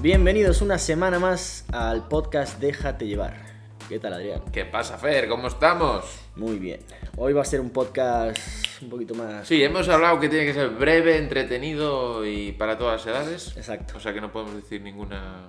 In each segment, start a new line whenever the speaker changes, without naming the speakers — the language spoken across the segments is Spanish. Bienvenidos una semana más al podcast Déjate llevar. ¿Qué tal, Adrián?
¿Qué pasa, Fer? ¿Cómo estamos?
Muy bien. Hoy va a ser un podcast un poquito más.
Sí, hemos hablado que tiene que ser breve, entretenido y para todas las edades.
Exacto.
O sea que no podemos decir ninguna.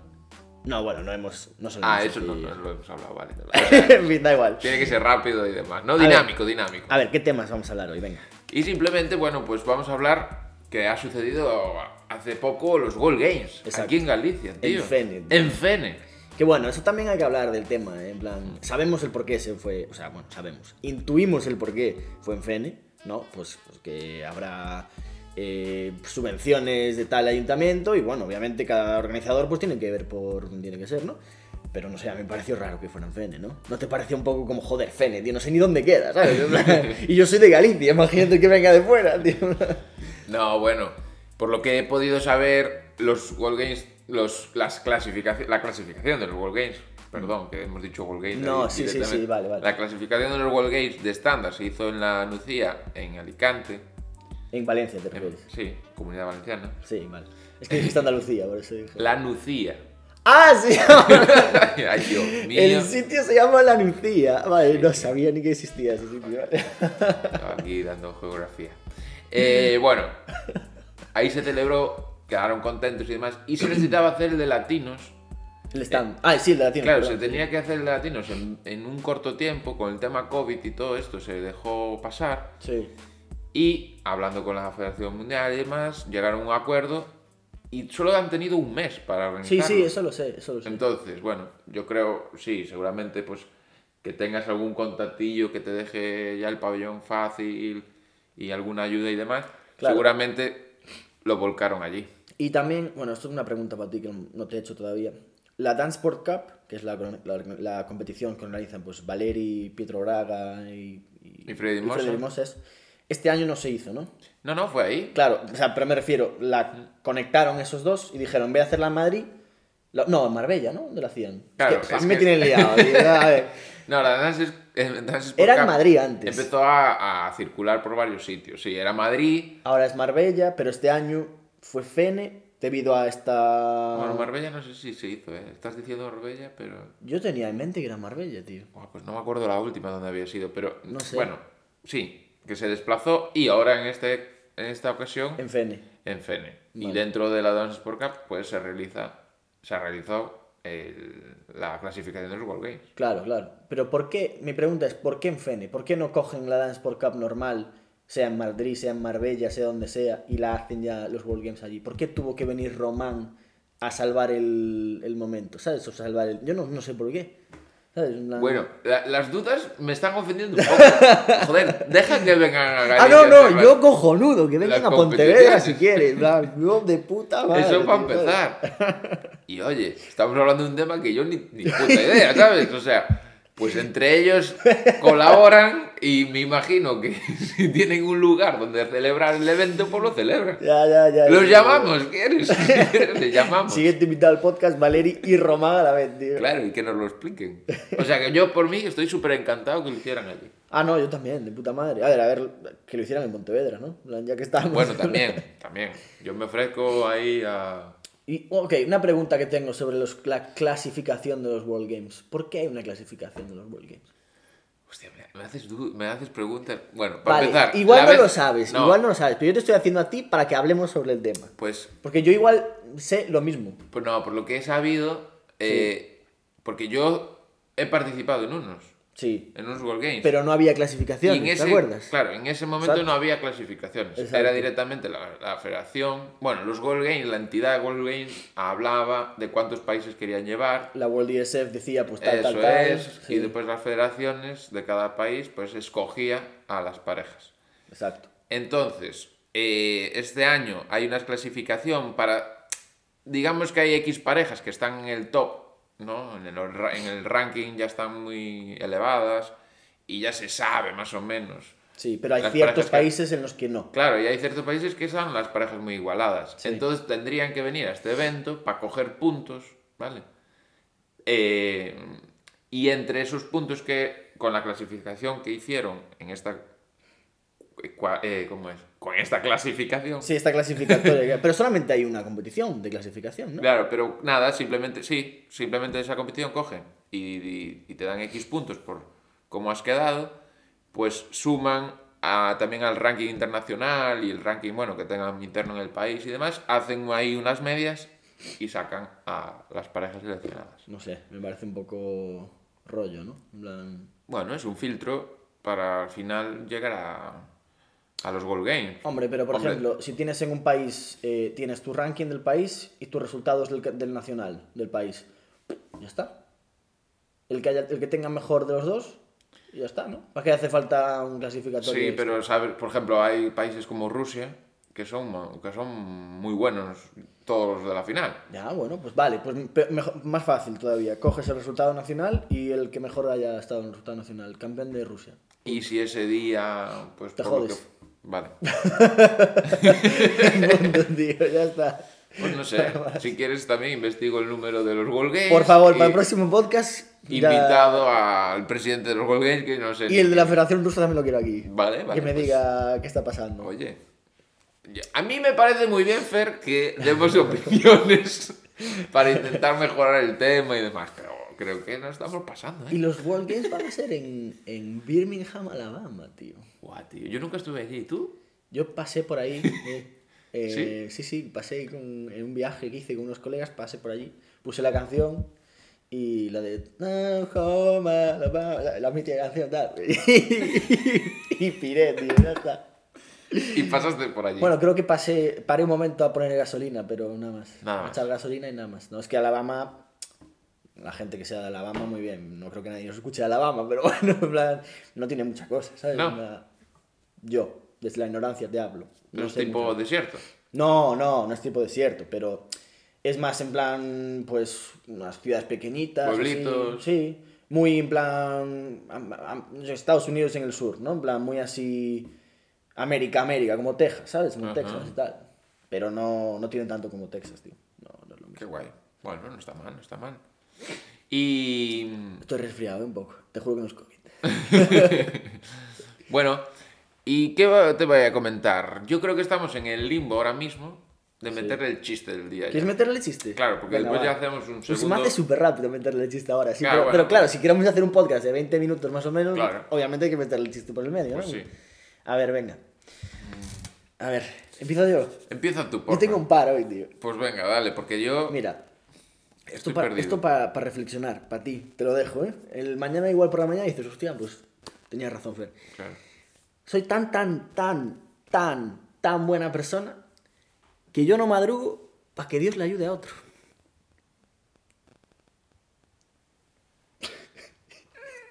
No, bueno, no hemos. No solemos
Ah, eso no,
decir-
no lo hemos hablado, vale.
en fin, da igual.
tiene que ser rápido y demás, ¿no?
ver.
Dinámico, dinámico.
A ver, ¿qué temas vamos a hablar hoy? Venga.
Y simplemente, bueno, pues vamos a hablar que ha sucedido hace poco los Gold Games.
Exacto.
Aquí en Galicia, tío.
Fene.
En Fene.
Que bueno, eso también hay que hablar del tema, ¿eh? en plan, sabemos el por qué se fue, o sea, bueno, sabemos, intuimos el por qué fue en Fene, ¿no? Pues, pues que habrá eh, subvenciones de tal ayuntamiento y bueno, obviamente cada organizador pues tiene que ver por donde tiene que ser, ¿no? Pero no sé, a mí me pareció raro que fuera en Fene, ¿no? ¿No te pareció un poco como, joder, Fene, tío, no sé ni dónde queda, ¿sabes? En plan, y yo soy de Galicia, imagínate que venga de fuera, tío.
No, bueno, por lo que he podido saber, los World Games, los, las clasificaci- la clasificación de los World Games, perdón, que hemos dicho World Games.
No,
ahí
sí, sí, sí,
directamente.
vale, vale.
La clasificación de los World Games de estándar se hizo en la Nucía, en Alicante,
En Valencia, te
en-
refieres.
sí, Comunidad Valenciana.
Sí, vale. Es que dijiste Andalucía, por eso dije.
La Nucía.
¡Ah, sí!
Ay, Dios mío.
El sitio se llama La Nucía. Vale, no sabía ni que existía ese sitio. vale.
Estaba aquí dando geografía. Eh, bueno, ahí se celebró, quedaron contentos y demás, y se necesitaba hacer el de latinos.
El stand. Ah, sí, el de latino.
Claro, se
perdón.
tenía que hacer el de latinos en, en un corto tiempo, con el tema COVID y todo esto se dejó pasar,
Sí.
y hablando con la Federación Mundial y demás, llegaron a un acuerdo, y solo han tenido un mes para
Sí,
organizarlo.
sí, eso lo sé, eso lo sé.
Entonces, bueno, yo creo, sí, seguramente pues que tengas algún contactillo que te deje ya el pabellón fácil y alguna ayuda y demás,
Claro.
seguramente lo volcaron allí.
Y también, bueno, esto es una pregunta para ti que no te he hecho todavía. La Danceport Cup, que es la, la, la competición que organizan pues Valeri, Pietro Braga y,
Y Freddy Mosa.
Moses, este año no se hizo, ¿no?
No, no, fue ahí.
Claro, o sea, pero me refiero, la conectaron esos dos y dijeron, voy a hacerla en Madrid. Lo- no, en Marbella, ¿no? ¿Dónde la hacían? Es
Claro,
que
es
a mí me
que-
tienen liado. tío, a ver.
No, la Dance es- eh, Dance Sport
Era en
Cup
Madrid antes.
Empezó a, a circular por varios sitios. Sí, era Madrid.
Ahora es Marbella, pero este año fue Fene debido a esta...
Bueno, Marbella no sé si se hizo, ¿eh? Estás diciendo Marbella, pero...
Yo tenía en mente que era Marbella, tío.
Buah, pues no me acuerdo la última donde había sido, pero
No sé.
bueno, sí, que se desplazó y ahora en, este, en esta ocasión
En Fene.
en Fene. Y
Em, Vale.
dentro de la Dance Sport Cup, pues se realiza, se realizó el- la clasificación de los World Games.
Claro, claro. Pero ¿por qué? Mi pregunta es, ¿por qué en Fene? ¿Por qué no cogen la Dance por Cup normal, sea en Madrid, sea en Marbella, sea donde sea, y la hacen ya los World Games allí? ¿Por qué tuvo que venir Román a salvar el, el momento? ¿Sabes? O salvar el... Yo no, no sé por qué. ¿Sabes? Una-
Bueno, la- las dudas me están ofendiendo un poco. Joder, deja que vengan a
Ah,
Galicia.
no, no,
chaval.
yo cojonudo, que vengan
Las
a Pontevedra
competiciones.
si quieren. bla, Yo de puta madre.
Eso para
tío,
empezar. Y oye, estamos hablando de un tema que yo ni, ni puta idea, ¿sabes? O sea, pues entre ellos colaboran y me imagino que si tienen un lugar donde celebrar el evento, pues lo celebran.
¿sabes? Ya, ya, ya.
Los
ya.
llamamos, ¿quieres? Les llamamos.
Siguiente invitado al podcast, Valeri y Román a la vez, tío.
Claro, y que nos lo expliquen. O sea, que yo por mí estoy súper encantado que lo hicieran allí.
Ah, no, yo también, de puta madre. A ver, a ver, que lo hicieran en Pontevedra, ¿no? En plan, Ya que estábamos.
Bueno, también, también. Yo me ofrezco ahí a...
Y, ok, una pregunta que tengo sobre los, la clasificación de los World Games. ¿Por qué hay una clasificación de los World Games?
Hostia, me- me haces, du- me haces preguntas... Bueno, para
Vale,
empezar...
igual
la
no
vez-
lo sabes, igual no lo sabes, pero yo te estoy haciendo a ti para que hablemos sobre el tema.
Pues,
Porque yo igual sé lo mismo.
pues no, por lo que he sabido... eh, Porque yo he participado en unos.
Sí.
En unos World Games.
Pero no había
Y
clasificación,
en
¿te
ese,
acuerdas?
Claro, en ese momento
Exacto.
no había clasificaciones.
Exacto.
Era directamente la, la federación. Bueno, los Gold Games, la entidad Gold Games hablaba de cuántos países querían llevar.
La World ESF decía, pues tal,
eso
tal, tal.
es.
sí,
Y después las federaciones de cada país pues escogía a las parejas.
Exacto.
Entonces, eh, este año hay una clasificación para... Digamos que hay X parejas que están en el top, ¿no? En el, ra- en el ranking ya están muy elevadas y ya se sabe más o menos
Sí, pero hay
Las
ciertos
parejas que-
países en los que no.
Claro, y hay ciertos países que son las parejas muy igualadas. Entonces tendrían que venir a este evento para coger puntos, ¿vale? Eh, y entre esos puntos que, con la clasificación que hicieron en esta... cua- eh, ¿Cómo es? Con esta clasificación.
Sí, está clasificatoria. pero solamente hay una competición de clasificación, ¿no?
Claro, pero nada, simplemente, sí, simplemente esa competición cogen y, y- y te dan X puntos por cómo has quedado, pues suman a- también al ranking internacional y el ranking, bueno, que tengan interno en el país y demás, hacen ahí unas medias y sacan a las parejas seleccionadas.
No sé, me parece un poco rollo, ¿no? En plan-
Bueno, es un filtro para al final llegar a, a los Gold Games.
Hombre, pero por
Hombre.
ejemplo, si tienes en un país, eh, tienes tu ranking del país y tus resultados del, ca- del nacional, del país. Ya está. El que, haya- el que tenga mejor de los dos, ya está, ¿no? ¿Para qué hace falta un clasificatorio?
Sí,
extra?
pero sabes, por ejemplo, hay países como Rusia que son, mo- que son muy buenos todos los de la final.
Ya, bueno, pues vale, pues pe- mejo- más fácil todavía. Coges el resultado nacional y el que mejor haya estado en el resultado nacional, campeón de Rusia.
Y si ese día, pues
Te
por lo
jodes.
que- Vale.
Punto, tío, ya está.
Pues no sé. si quieres también investigo el número de los World Games.
Por favor, para
y-
el próximo podcast. ya-
Eh, Invitado al presidente de los World Games, que no sé.
Y el de la Federación Rusa también lo quiero aquí.
Vale, vale,
Que me
pues.
diga qué está pasando.
Oye. ya- A mí me parece muy bien, Fer, que demos opiniones para intentar mejorar el tema y demás. Pero creo que nos estamos pasando,
Y
¿eh?
los World Games van a ser en, en Birmingham, Alabama, tío.
Guau, tío. Yo nunca estuve allí. ¿Tú?
Yo pasé por ahí. eh, eh, ¿Sí? sí, pasé con- en un viaje que hice con unos colegas, pasé por allí, puse la canción y la de "No, home, Alabama", la, la mítica canción tal. y, piré, tío, ya está.
Y pasaste por allí.
Bueno, creo que pasé, paré un momento a poner gasolina, pero nada más.
Nada
A
más.
Echar gasolina y nada más. No, es que Alabama, la gente que sea de Alabama, muy bien. No creo que nadie nos escuche de Alabama, pero bueno, en plan, no tiene mucha cosa, ¿sabes?
No.
En plan, Yo, desde la ignorancia te hablo.
Pero
No
es
sé
tipo
mucho.
desierto.
No, no, no es tipo desierto, pero es más en plan, pues, unas ciudades pequeñitas. así.
Pueblitos.
sí, muy en plan, am- am- Estados Unidos en el sur, ¿no? En plan, muy así, América, América, como Texas, ¿sabes? Como
Ajá.
Texas y tal. Pero no, no tienen tanto como Texas, tío. No, no es lo mismo.
Qué guay. Bueno, no está mal, no está mal. Y.
Estoy resfriado ¿eh? un poco, te juro que no es COVID.
Bueno, ¿y qué va- te voy a comentar? Yo creo que estamos en el limbo ahora mismo de meterle el chiste del día.
¿Quieres
ya.
meterle chiste?
Eh, Claro, porque
Venga,
después ya
va.
hacemos un
Pues se me
segundo.
hace súper rápido meterle el chiste ahora. Sí,
Claro,
pero,
bueno.
pero claro, si queremos hacer un podcast de 20 minutos más o menos,
Claro.
obviamente hay que meterle el chiste por el medio,
Pues
¿no?
sí.
A ver, venga. A ver, empiezo yo.
Empieza tú, por
Yo tengo un par hoy, tío.
Pues venga, dale, porque yo
Mira,
estoy
esto para
perdido.
reflexionar, para ti, te lo dejo, ¿eh? El mañana igual por la mañana dices, hostia, pues tenías razón, Fer.
Claro.
Soy tan, tan, tan, tan, tan buena persona que yo no madrugo para que Dios le ayude a otro.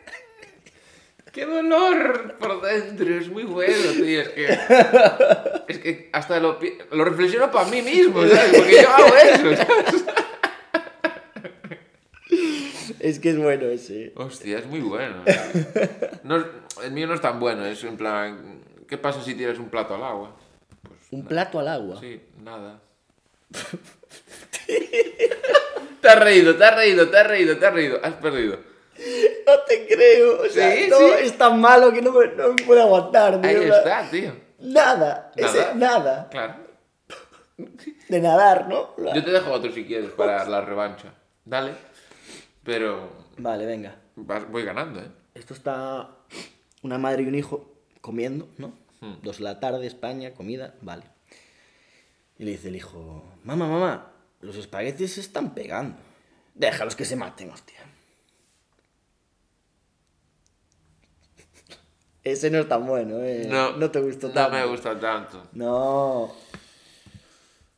¡Qué dolor por dentro! Es muy bueno, tío. Es que, es que hasta lo, pi- lo reflexiono para mí mismo, ¿sabes? Porque yo hago eso, ¿sabes?
Es que es bueno ese. ¿eh?
Hostia, es muy bueno. ¿eh? No es- el mío no es tan bueno, es en plan... ¿Qué pasa si tiras un plato al agua? Pues
Un plato al agua.
Sí, nada. te has reído, te has reído, te has reído, te has reído. Has perdido.
No te creo. O sea,
Sí,
no,
sí.
es tan malo que no me, no me puedo aguantar. tío.
Ahí está, tío.
Nada. ese-
Nada.
Nada.
Claro.
De nadar, ¿no?
Yo te dejo otro si quieres para la revancha. Dale. Pero
Vale, venga.
vas- voy ganando, ¿eh?
Esto está una madre y un hijo comiendo, ¿no?
Hmm.
Dos de la tarde, España, comida, vale. Y le dice el hijo, mamá, mamá, los espaguetis se están pegando. Déjalos que se maten, hostia. Ese no es tan bueno, ¿eh? no te gustó
No
tanto.
me gusta tanto.
No.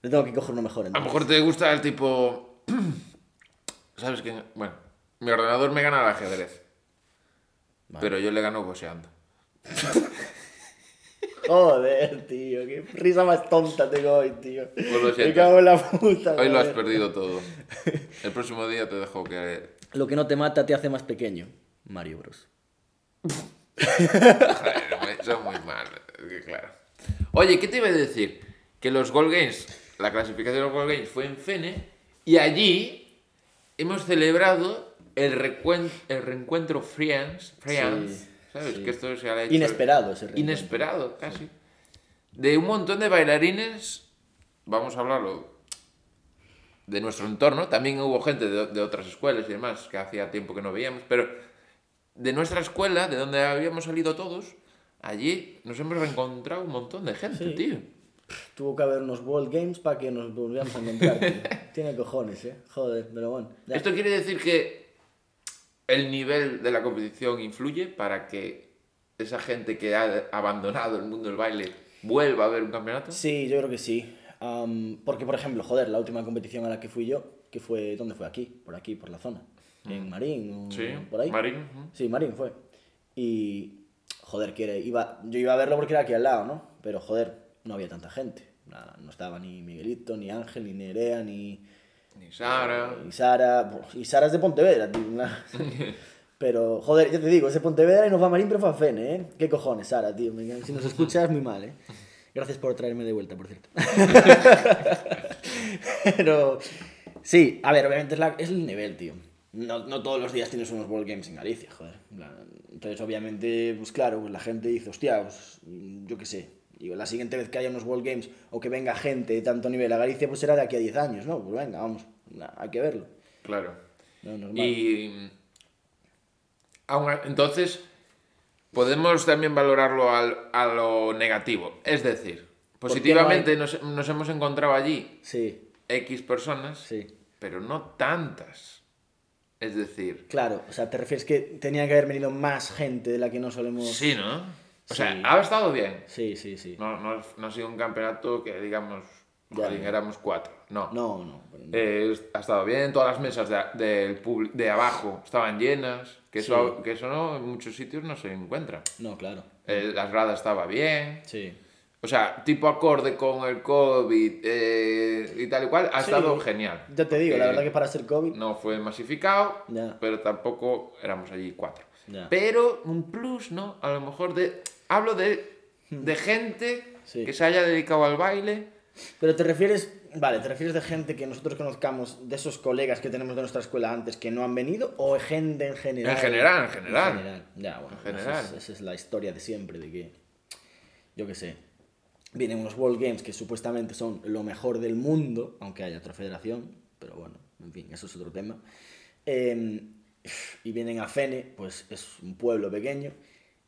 Le tengo que coger uno mejor,
A lo
entonces.
mejor te gusta el tipo... ¿Sabes qué? Bueno, mi ordenador me gana al ajedrez.
Vale.
Pero yo le gano boseando.
Joder, tío, qué risa más tonta tengo hoy, tío.
Pues lo
Me
siento.
cago en la puta.
Hoy lo has
joder.
perdido todo. El próximo día te dejo que
Lo que no te mata te hace más pequeño. Mario Bros.
Joder, Son muy malos, claro. Oye, ¿qué te iba a decir? Que los Gold Games, la clasificación de los Gold Games fue en Fene y allí hemos celebrado el, recuen- el reencuentro Friends, Friends,
Sí,
¿sabes?
sí.
Que esto se ha hecho-
Inesperado ese reencuentro.
Inesperado, casi. De un montón de bailarines, vamos a hablarlo, de nuestro entorno. También hubo gente de, de otras escuelas y demás que hacía tiempo que no veíamos, pero de nuestra escuela, de donde habíamos salido todos, allí nos hemos reencontrado un montón de gente,
Sí.
tío.
Tuvo que haber unos World Games para que nos volviéramos a encontrar. tío. Tiene cojones, eh. Joder, pero bueno. Ya.
Esto quiere decir que el nivel de la competición influye para que esa gente que ha abandonado el mundo del baile vuelva a ver un campeonato.
Sí, yo creo que sí. Am, porque, por ejemplo, joder, la última competición a la que fui yo, que fue, ¿dónde fue? Aquí, por aquí, por la zona. En Marín o
Mm. Sí,
por ahí.
Marín, ujú.
Sí, Marín fue. Y, joder, que era- iba, yo iba a verlo porque era aquí al lado, ¿no? Pero, joder, no había tanta gente. Nada, no estaba ni Miguelito, ni Ángel, ni Nerea, ni,
Ni Sara.
y Sara. buah, Y Sara es de Pontevedra, tío. una- Pero, joder, ya te digo, es de Pontevedra y nos va a Marín, pero fue a Fene, ¿eh? ¿Qué cojones, Sara, tío? Me- Si nos escuchas, muy mal, ¿eh? Gracias por traerme de vuelta, por cierto. pero, sí, a ver, obviamente es, la- es el nivel, tío. No, no todos los días tienes unos World Games en Galicia, joder. En plan, Entonces, obviamente, pues claro, pues la gente dice, hostia, pues, yo qué sé. Digo, la siguiente vez que haya unos World Games o que venga gente de tanto nivel a Galicia, pues será de aquí a 10 años, ¿no? Pues venga, vamos, na- hay que verlo.
Claro.
No, normal.
Y. aún a- entonces, podemos también valorarlo al- a lo negativo. Es decir,
¿Por qué
positivamente nos, nos hemos encontrado allí
Sí,
X personas,
sí.
pero no tantas. Es decir,
Claro, o sea, te refieres que tenía que haber venido más gente de la que no solemos.
sí, ¿no? O sea,
Pues Sí.
ha estado bien.
sí, sí. sí.
No, no, no ha sido un campeonato que digamos,
Ya,
joder,
ya.
éramos cuatro. No.
No, no. pero no.
Eh, es- ha estado bien, todas las mesas de, del pub- de abajo estaban llenas, que eso, que eso no, en muchos sitios no se encuentra.
No, claro.
Eh, las gradas estaba bien.
Sí.
O sea, tipo acorde con el COVID eh, y tal y cual, ha
Sí.
estado genial.
Ya te digo, la
Eh,
verdad que para ser COVID.
No fue masificado,
Ya.
pero tampoco éramos allí cuatro.
Ya.
Pero un plus, ¿no? A lo mejor de... Hablo de, de gente
Hmm. Sí.
que se haya dedicado al baile.
Pero te refieres. Vale, ¿te refieres de gente que nosotros conozcamos, de esos colegas que tenemos de nuestra escuela antes que no han venido? ¿O gente en general?
En general, en general.
En general. Ya, bueno.
En
esa es-
general.
Esa, es, la historia de siempre, de que. Yo qué sé. Vienen unos World Games que supuestamente son lo mejor del mundo, aunque haya otra federación, pero bueno, en fin, eso es otro tema. Eh, y vienen a Fene, pues es un pueblo pequeño,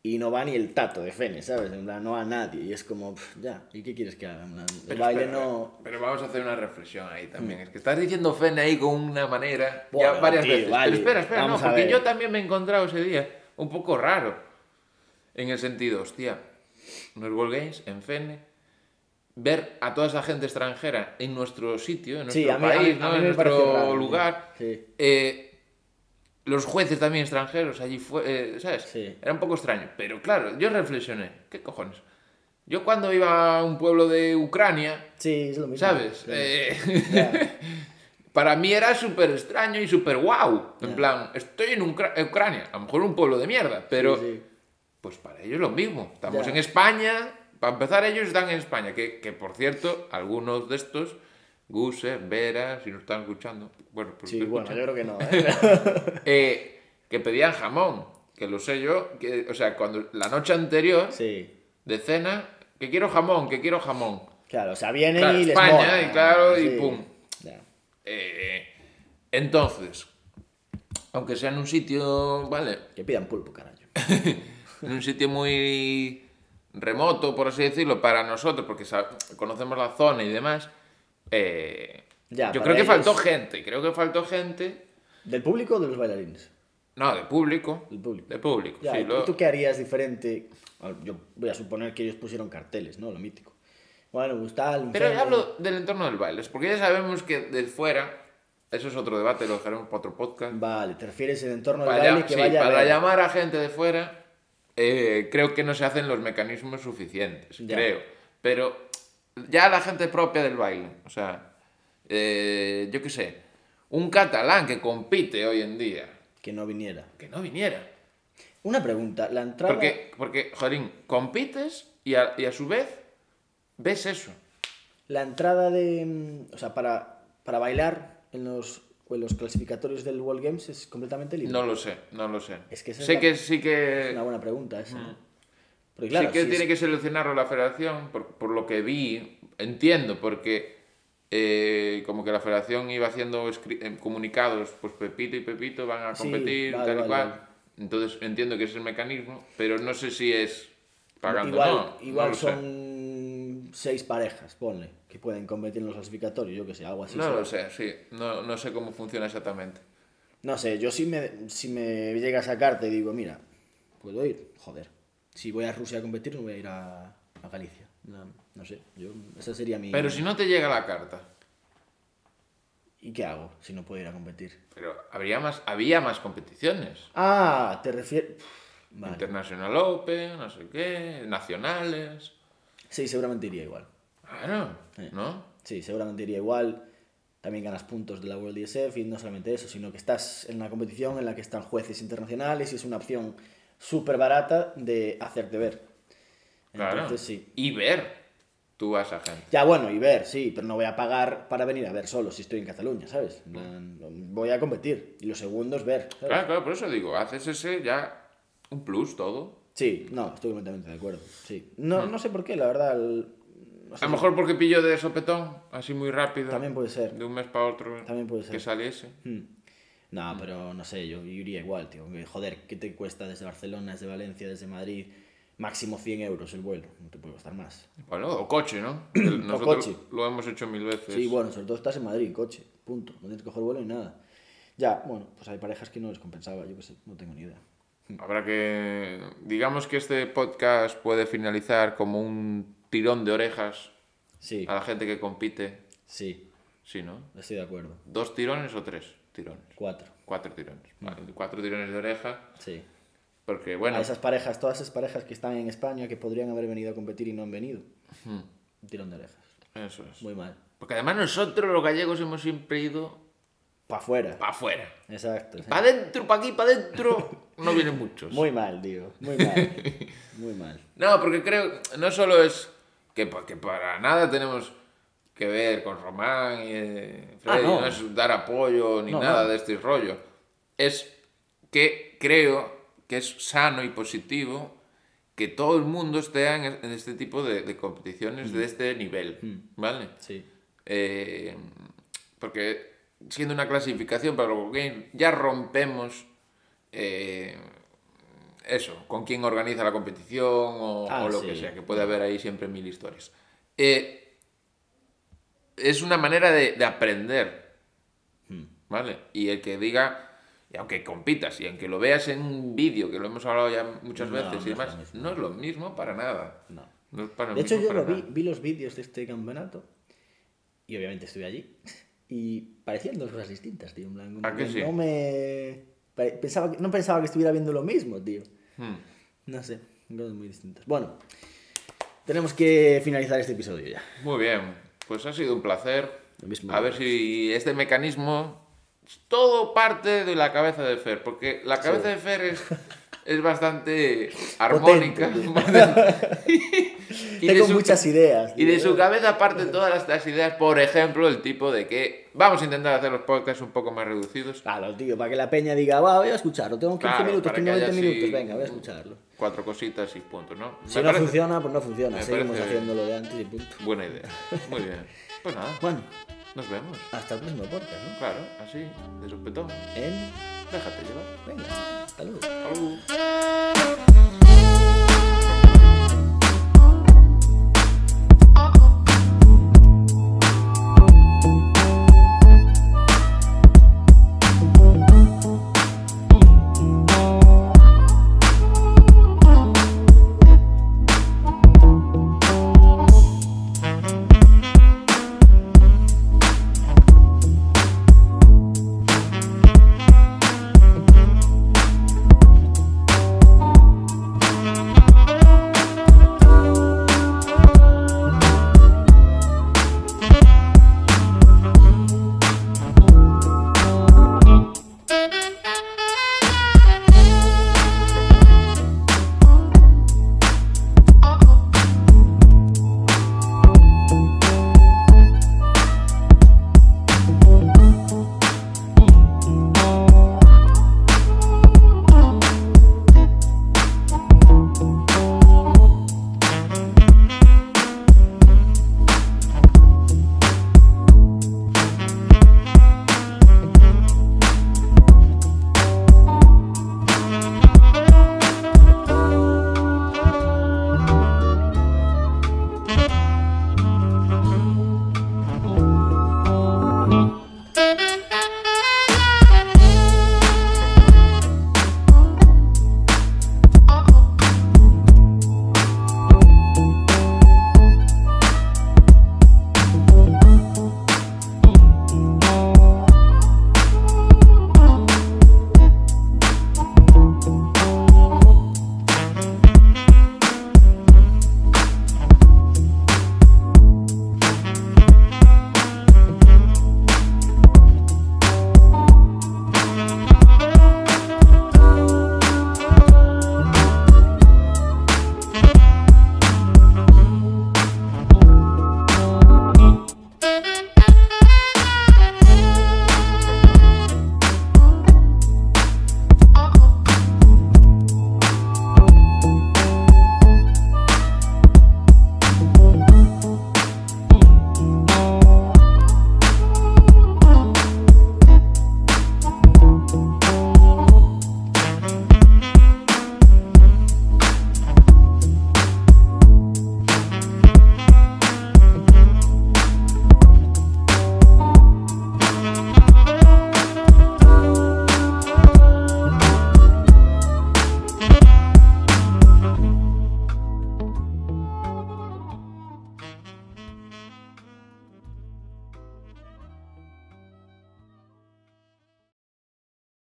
y no va ni el tato de Fene, ¿sabes? En plan, no va nadie, y es como, pf, ya, ¿y qué quieres que haga? En plan, El
Pero
baile
espera, eh.
no.
Pero vamos a hacer una reflexión ahí también. Es que estás diciendo Fene ahí con una manera
Bueno,
ya varias
tío,
veces.
vale,
Pero espera, espera, no,
vamos a
porque
ver.
yo también me he encontrado ese día un poco raro. En el sentido, hostia, unos World Games en Fene, ver a toda esa gente extranjera en nuestro sitio, en nuestro
Sí, a mí, a mí-
país,
a
¿no?
mí
en
me pareció
nuestro
raro, tío.
lugar.
Sí.
Eh, los jueces también extranjeros allí fue, eh, ¿sabes?
Sí.
Era un poco extraño, pero claro, yo reflexioné, ¿qué cojones? Yo cuando iba a un pueblo de Ucrania,
Sí, es lo mismo.
¿Sabes?
Sí.
Eh,
Ya,
para mí era súper extraño y súper guau. En
Ya.
plan, estoy en Ucra- en Ucrania, a lo mejor un pueblo de mierda, pero
sí, sí.
pues para ellos lo mismo. Estamos
Ya.
en España, para empezar ellos están en España, que, que, por cierto, algunos de estos, Guse, Vera, si nos están escuchando, bueno, pues
Sí,
que
bueno,
escuchan,
yo creo que no. ¿eh?
eh, que pedían jamón, que lo sé yo, que, o sea, cuando la noche anterior
Sí.
de cena, que quiero jamón, que quiero jamón.
Claro, o sea, vienen
Claro,
y les
España,
mola.
y claro, y
Sí.
pum.
Ya.
Eh, entonces, aunque sea en un sitio, vale,
Que pidan pulpo, carajo.
en un sitio muy remoto, por así decirlo, para nosotros, porque sa- conocemos la zona y demás, eh,
Ya,
yo
para
creo que
ellos-
faltó gente, creo que faltó gente,
¿Del público o de los bailarines?
no, de público,
Del público.
de público,
Ya,
sí,
¿y
lo-
¿Tú qué harías diferente? A ver, Yo voy a suponer que ellos pusieron carteles, ¿no? Lo mítico. Bueno, pues tal.
pero
enfermo.
yo hablo del entorno del baile, es porque ya sabemos que de fuera, eso es otro debate, lo dejaremos para otro podcast,
Vale, te refieres al entorno del
para,
baile
llam-
que
sí,
vaya a
para
ver.
llamar a gente de fuera, eh, creo que no se hacen los mecanismos suficientes,
Ya.
creo. Pero ya la gente propia del baile, o sea, eh, yo qué sé, un catalán que compite hoy en día,
Que no viniera.
que no viniera.
Una pregunta, la entrada.
Porque, porque jolín, compites y a, y a su vez ves eso.
La entrada de. mm, O sea, para, para bailar en los, o en los clasificatorios del World Games es completamente libre.
No lo sé, no lo sé.
Es que esa
sé
es la-
que sí que.
Es una buena pregunta esa. ¿no? Porque claro,
sí que
si
tiene
es-
que seleccionarlo la federación, por, por lo que vi, entiendo, porque eh, como que la federación iba haciendo escri- eh, comunicados, pues Pepito y Pepito van a
Sí,
competir,
vale,
tal y
vale,
cual.
vale.
Entonces entiendo que ese es el mecanismo, pero no sé si es pagando
igual,
o no. no
igual
lo sé.
son seis parejas, ponle, que pueden competir en los clasificatorios, yo que sé, algo así.
No
será.
lo sé, sí. No, no sé cómo funciona exactamente.
No sé, yo si me, si me llega a sacarte y digo, mira, puedo ir, joder. Si voy a Rusia a competir, no voy a ir a, a Galicia. No, no sé, yo, esa sería mi...
Pero si no te llega la carta.
¿Y qué hago si no puedo ir a competir?
Pero habría más, había más competiciones.
Ah, te refieres... Vale.
International Open, no sé qué, nacionales.
Sí, seguramente iría igual.
Claro, ¿no?
Sí, seguramente iría igual. También ganas puntos de la World DSF y no solamente eso, sino que estás en una competición en la que están jueces internacionales y es una opción súper barata de hacerte ver.
Claro.
Entonces sí.
Y ver tú a esa gente.
Ya bueno, y ver, sí, pero no voy a pagar para venir a ver solo si estoy en Cataluña, ¿sabes? En plan, Voy a competir y los segundos ver. ¿sabes?
Claro, claro, por eso digo, haces ese ya un plus todo.
Sí, no, estoy completamente de acuerdo. Sí. No, no sé por qué, la verdad. el- no sé
Hmm. A lo
si-
mejor porque pillo de sopetón, así muy rápido.
También puede ser.
De un mes para otro.
También puede ser.
Que saliese.
No, pero no sé, yo iría igual, tío. que, Joder, ¿qué te cuesta desde Barcelona, desde Valencia, desde Madrid? Máximo 100 euros el vuelo, no te puede costar más.
Bueno, o coche, ¿no? El- Nosotros
coche.
lo hemos hecho mil veces.
Sí, bueno, sobre todo estás en Madrid, coche, punto. No tienes que coger vuelo ni nada. Ya, bueno, pues hay parejas que no les compensaba, yo qué sé, no tengo ni idea.
Habrá que. Digamos que este podcast puede finalizar como un tirón de orejas
Sí,
a la gente que compite.
sí,
Sí, ¿no?
estoy de acuerdo.
¿Dos tirones o tres tirones?
Cuatro,
Cuatro tirones. Vale, cuatro tirones de oreja.
sí.
Porque, bueno,
Mm. A esas parejas, todas esas parejas que están en España que podrían haber venido a competir y no han venido. Un Tirón de orejas,
eso es.
muy mal.
Porque además nosotros los gallegos hemos siempre ido
Pa' afuera.
para afuera.
Exacto. sí.
Para adentro, para aquí, para adentro. No vienen muchos.
Muy mal, digo, muy mal. Muy mal.
No, porque creo, no solo es que, pa- que para nada tenemos que ver con Román y eh, Freddy,
Ah,
no.
no.
es dar apoyo ni
No,
nada
no.
de este rollo. Es que creo que es sano y positivo que todo el mundo esté en, en este tipo de, de competiciones
Mm.
de este nivel, ¿vale?
Sí.
Eh, porque siendo una clasificación para los Games, ya rompemos eh, eso, con quién organiza la competición o,
Ah,
o lo
sí.
que sea, que puede haber ahí siempre mil historias. Eh, es una manera de, de aprender,
Hmm.
¿vale? Y el que diga, y aunque compitas y aunque lo veas en un vídeo, que lo hemos hablado ya muchas
No,
veces y
no es lo
demás,
mismo.
no es lo mismo para nada.
No.
No es para
De hecho,
mismo
yo
para
lo vi,
nada.
vi los vídeos de este campeonato y obviamente estuve allí y parecían dos cosas distintas, tío. en plan, como
¿A que sí?
No me... pare- Pensaba que, no pensaba que estuviera viendo lo mismo, tío.
Hmm.
No sé, cosas muy distintas. Bueno, tenemos que finalizar este episodio ya.
Muy bien, pues ha sido un placer.
Lo mismo.
A ver si este mecanismo todo parte de la cabeza de Fer, porque la cabeza de Fer es, es bastante armónica. y, de
Tengo
su,
muchas ideas. ¿eh?
y de
tío.
su cabeza parte todas las- las ideas, por ejemplo, el tipo de que vamos a intentar hacer los podcasts un poco más reducidos.
Claro, tío, para que la peña diga, va, voy a escucharlo. Tengo 15
Claro,
minutos,
para
tengo
que haya
20 minutos,
así-
venga, voy a escucharlo.
Cuatro cositas y punto, ¿no?
Si
Me
no
parece
funciona, pues no funciona.
me
Seguimos
parece-
haciendo lo de antes y punto.
Buena idea. Muy bien. Pues nada,
Bueno,
nos vemos.
hasta el próximo podcast, ¿no?
Claro, así, de sopetón.
En...
Déjate llevar.
Venga, hasta luego.
Au.